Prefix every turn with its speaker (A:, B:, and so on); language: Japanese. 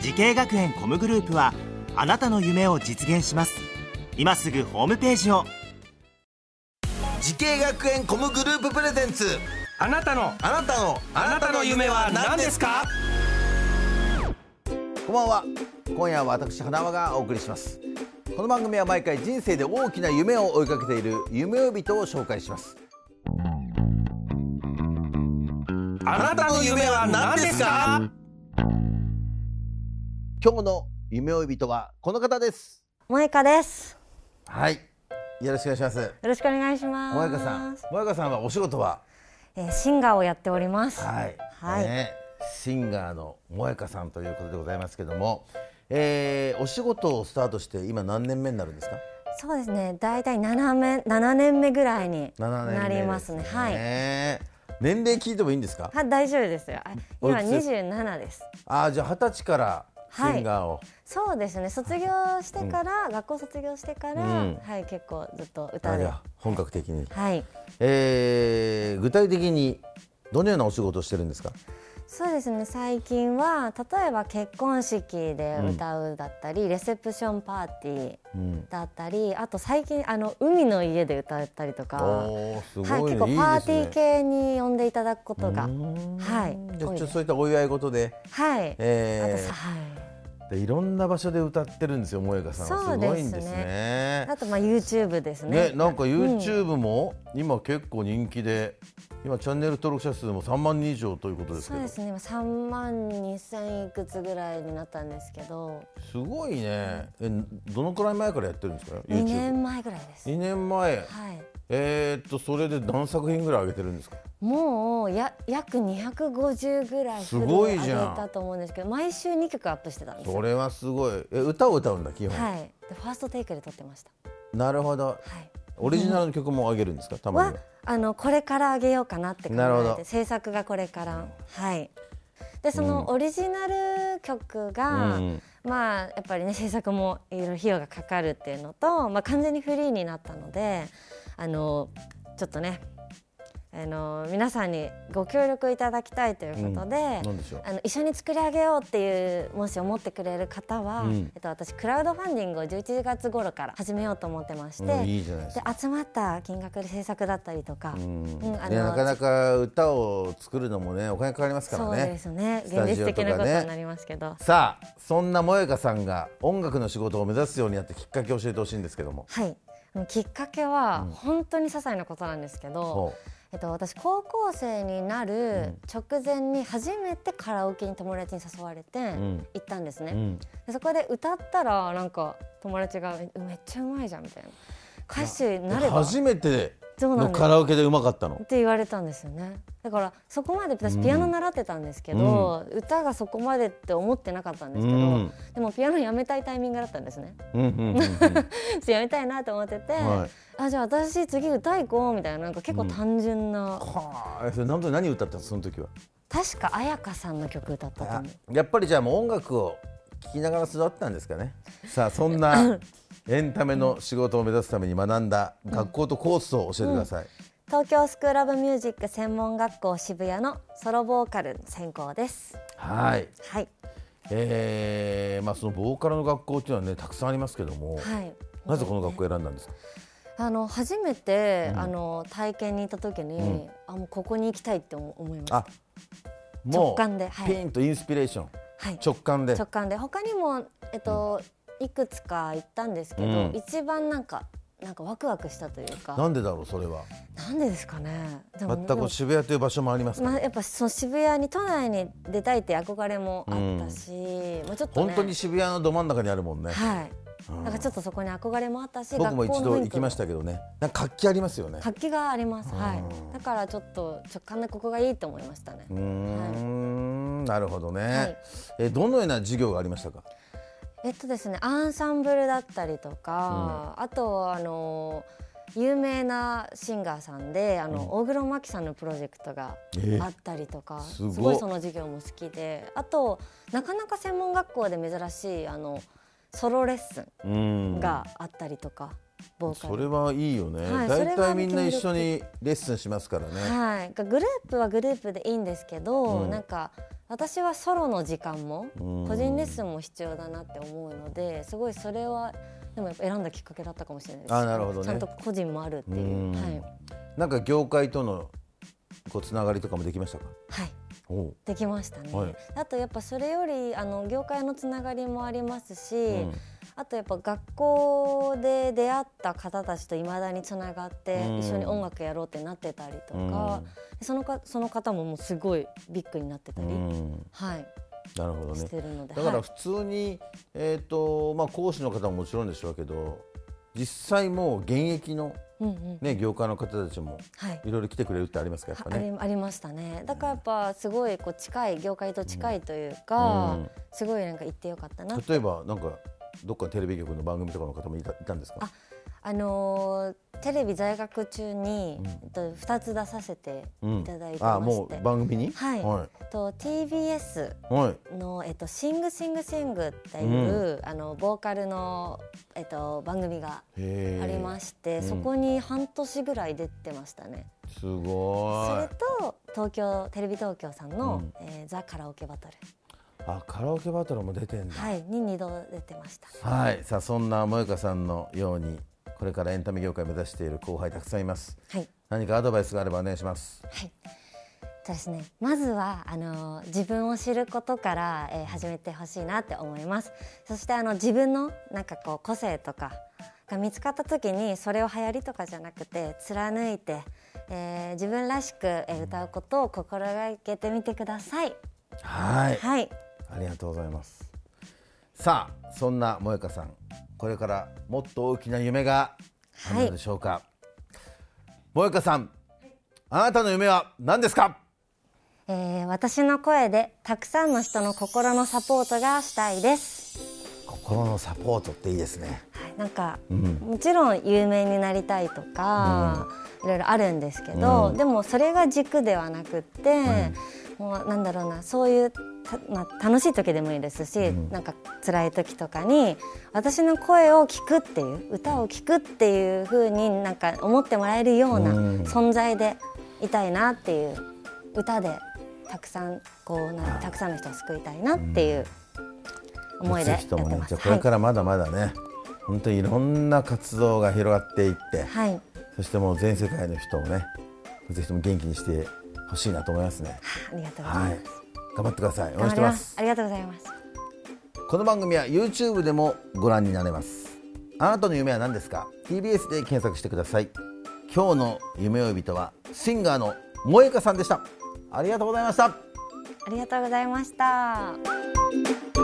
A: 時系学園コムグループはあなたの夢を実現します今すぐホームページを
B: 時系学園コムグループプレゼンツ
C: あなたの
B: あなたの
C: あなたの夢は何ですか
B: こんばんは今夜は私花輪がお送りしますこの番組は毎回人生で大きな夢を追いかけている夢追い人を紹介します
C: あなたの夢は何ですか
B: 今日の夢追い人はこの方です
D: 萌香です。
B: はいよろしくお願いします
D: よろしくお願いします。
B: 萌香さん萌香さんはお仕事は
D: えーシンガーをやっております。
B: はい、
D: はい
B: ねシンガーの萌香さんということでございますけども、えー、お仕事をスタートして今何年目になるんですか
D: そうですね。だいたい七年七年目ぐらいに
B: 7年目
D: なりますね。
B: です
D: はい。
B: 年齢聞いてもいいんですか
D: は大丈夫ですよ。あ
B: おい
D: 今
B: くつ
D: 二十七です。
B: あーじゃあ二十歳からシンガーを、
D: そうですね。卒業してから、学校卒業してから、
B: うん
D: はい結構ずっと
B: あ
D: 歌
B: じ
D: で
B: ゃあ本格的に、
D: はい。
B: えー、具体的にどのようなお仕事をしてるんですか
D: そうですね最近は例えば結婚式で歌うだったり、レセプションパーティーだったり、あと最近あの海の家で歌ったりとか
B: おーす
D: はい、
B: ごい
D: 結
B: ね
D: 構
B: いいですね
D: パーティー系に呼んでいただくことが、はい
B: うん、じゃ
D: 多
B: あちょっ
D: いで
B: と
D: す
B: そういったお祝い事で、
D: はい、
B: えー
D: あとさ、はい、
B: でいろんな場所で歌ってるんですよ萌香さんは
D: そう
B: す
D: です
B: ご
D: ね
B: いんですね
D: あとまあ YouTube ですね。
B: ね、なんか YouTube も今結構人気で、今チャンネル登録者数も3万人以上ということです
D: そう
B: けど
D: ですすね、今三万二千いくつぐらいになったんですけど、
B: ごいねえどのくらい前からやってるんですか
D: 二
B: YouTube
D: 年前ぐらいです。
B: 2年
D: は
B: 前
D: い、
B: えー、っとそれで何作品ぐらい上げてるんですか
D: もうや約二百五十ぐらい
B: すごいじ
D: フ
B: ゃん
D: ルで上げたと思うんですけど、毎週二曲アップしてたんです
B: そ
D: よ。
B: れはすごいえ歌を歌うんだ基本、
D: はい、でファーストテイクで撮ってました。
B: なるほど
D: はい。
B: オリジナルの曲も上げるんですかたま
D: は
B: には
D: あのこれからあげようかなって考
B: なるほ
D: え
B: ど
D: て制作がこれから、はいでそのオリジナル曲が、
B: うん
D: まあやっぱりね制作もいろいろ費用がかかるっていうのと、まあ、完全にフリーになったのであのちょっとねあの皆さんにご協力いただきたいということで、
B: なんでしょう
D: あの一緒に作り上げようっていうもし思ってくれる方は、
B: ん
D: えっと、私クラウドファンディングを11月頃から始めようと思ってまして、
B: うんいいじゃないです
D: で
B: か
D: 集まった金額で制作だったりとか、
B: うん
D: うんあ
B: ね、
D: の
B: なかなか歌を作るのもねお金かかりますから
D: そう
B: ね
D: ですね
B: ス
D: 現
B: タジ
D: 実
B: オとかね
D: 的なことになりますけど、
B: さあそんな萌香さんが音楽の仕事を目指すようになってきっかけを教えてほしいんですけども
D: はいあのきっかけは本当に些細なことなんですけど、
B: ほう
D: えっと、私高校生になる直前に初めてカラオケに友達に誘われて
B: ん
D: 行ったんですね、
B: ん
D: でそこで歌ったらなんか友達が「えめっちゃうまいじゃん」みたいな歌手になればっ
B: 初めて
D: そうなん
B: の
D: です
B: カラオケでうまかったの
D: て言われたんですよねだからそこまで私ピアノ習ってたんですけど、歌がそこまでって思ってなかったんですけど、
B: うん
D: でもピアノやめたいタイミングだったんですね
B: うんうんうんうん
D: ちょっとやめたいなと思ってて、
B: はい
D: あじゃあ私次歌いこうみたいななんか結構単純な、
B: はあえそれ何と何歌ったのその時は
D: 確か彩香さんの曲歌ったと思
B: あ
D: う
B: やっぱりじゃあもう音楽を聴きながら育ったんですかねさあそ んなエンタメの仕事を目指すために学んだ学校とコースを教えてください、
D: 東京スクール・オブ・ミュージック専門学校渋谷のソロボーカル専攻です
B: はい
D: はい
B: えー、まあそのボーカルの学校っていうのはねたくさんありますけども、
D: はい
B: なぜこの学校を選んだんですか
D: あの初めて、あの体験に行った時に、あもうここに行きたいって思思いました
B: あもう
D: 直感ではい
B: ピンとインスピレーション
D: はい
B: 直感で
D: 直感で他にもえっと、いくつか行ったんですけど、
B: うん
D: 一番なんかなんかワクワクしたというか
B: なんでだろうそれは
D: なんでですかね。でも
B: 全く渋谷という場所もありますか
D: ま
B: ら
D: あ、やっぱその渋谷に都内に出たいって憧れもあったし、まあちょっと、ね、
B: 本当に渋谷のど真ん中にあるもんね
D: はいなんかちょっとそこに憧れもあったし
B: 僕も一度行きましたたけどねなんか活気ありますよね
D: 活気があります、はい、だからちょっと直感でここがいいと思いましたね、
B: うーんなるほどね、
D: はい
B: えどのような授業がありましたか
D: えっとですねアンサンブルだったりとか、あとあの有名なシンガーさんであの、大黒摩季さんのプロジェクトが
B: ええ
D: あったりとか、
B: すごい
D: すごいその授業も好きであとなかなか専門学校で珍しいあのソロレッス
B: う
D: ン
B: ん
D: があったりとか、ボーカル
B: それはいいよね、
D: はい
B: だい
D: それ
B: たい
D: は
B: みんな一緒にレッスンしますからね、
D: はい、グループはグループでいいんですけど、
B: うん
D: なんか私はソロの時間も
B: うん
D: 個人レッスンも必要だなって思うのですごいそれはでもやっぱ選んだきっかけだったかもしれないです
B: あなるほどね
D: ちゃんと個人もあるっていううんはい、
B: なんか業界とのこうつながりとかもできましたか
D: はい、
B: おう
D: できましたね、
B: はい
D: あとやっぱそれよりあの業界のつながりもありますし、
B: うん
D: あとやっぱ学校で出会った方たちといまだにつながって
B: うん
D: 一緒に音楽やろうってなってたりとか、そのかその方ももうすごいビッグになってた
B: う
D: り、
B: ん
D: はい、
B: なるほど
D: し
B: ね
D: てるので、
B: だから
D: はい
B: 普通に、えっ、とまあ講師の方ももちろんでしょうけど実際もう現役の
D: うんうん
B: ね業界の方たちも
D: はい
B: いろいろ来てくれるってありますかやっぱ
D: あ
B: ね
D: りありましたねだからやっぱすごいこう近い業界と近いという
B: う
D: か、
B: ん
D: すごいなんか行ってよかったな
B: 例えばなんかどっかテレビ局の番組とかの方もいたいたんですか
D: ああのーテレビ在学中に、えっと、2つ出させて
B: うん
D: いただいて
B: あ
D: ま
B: も
D: し
B: う
D: て、
B: 番組に
D: はい
B: は
D: えっと TBS
B: い、はい
D: の、えっと「シングシングシング」っていう、あのボーカルの、えっと、番組が
B: へー
D: ありまして、
B: うん
D: そこに半年ぐらい出てましたね。
B: すご
D: それ
B: い
D: と東京テレビ東京さんの、
B: うん
D: えーザカラオケバトル
B: あカラオケバトルも出てんだ
D: はいに二度出てました。
B: はい、さあそんな萌香さんのようにこれからエンタメ業界を目指している後輩たくさんいます
D: はい。
B: 何かアドバイスがあればお願いします
D: はい。そうですね。まずはあの自分を知ることから、えー始めてほしいなって思います。そしてあの自分のなんかこう個性とかが見つかった時にそれを流行りとかじゃなくて貫いて、えー自分らしく、えー歌うことを心がけてみてください。
B: はい
D: はい。
B: ありがとうございますさあそんな萌香さんこれからもっと大きな夢があるのでしょうか、萌香さんあなたの夢は何ですか
D: えー私の声でたくさんの人の心のサポートがしたいです。
B: 心のサポートっていいですね
D: はい、なんか、
B: ん
D: もちろん有名になりたいとか、いろいろあるんですけど、
B: うん
D: でもそれが軸ではなくって、もうなんだろうなそういうた、まあ、楽しい時でもいいですし、なんか辛い時とかに私の声を聞くっていう歌を聞くっていう風になんか思ってもらえるような
B: うん
D: 存在でいたいなっていう歌でたくさんこうなたくさんの人を救いたいなっていう思いでや
B: ぜ
D: っ
B: ひ
D: て
B: ともね
D: ま
B: じ
D: す。
B: ゃあこれからまだまだね、本当にいろんな活動が広がっていって、
D: はい、はい
B: そしてもう全世界の人をね、ぜひとも元気にしてほしいなと思いますね。
D: ありがとうございま
B: は
D: す。
B: い、頑張ってください。
D: 頑
B: 応援
D: 張
B: し
D: り
B: てま
D: ます
B: す。
D: ありがとうございます。
B: この番組は YouTube でもご覧になれます。あなたの夢は何ですか？TBS で検索してください。今日の夢追い人はシンガーの萌歌さんでした。ありがとうございました。
D: ありがとうございました。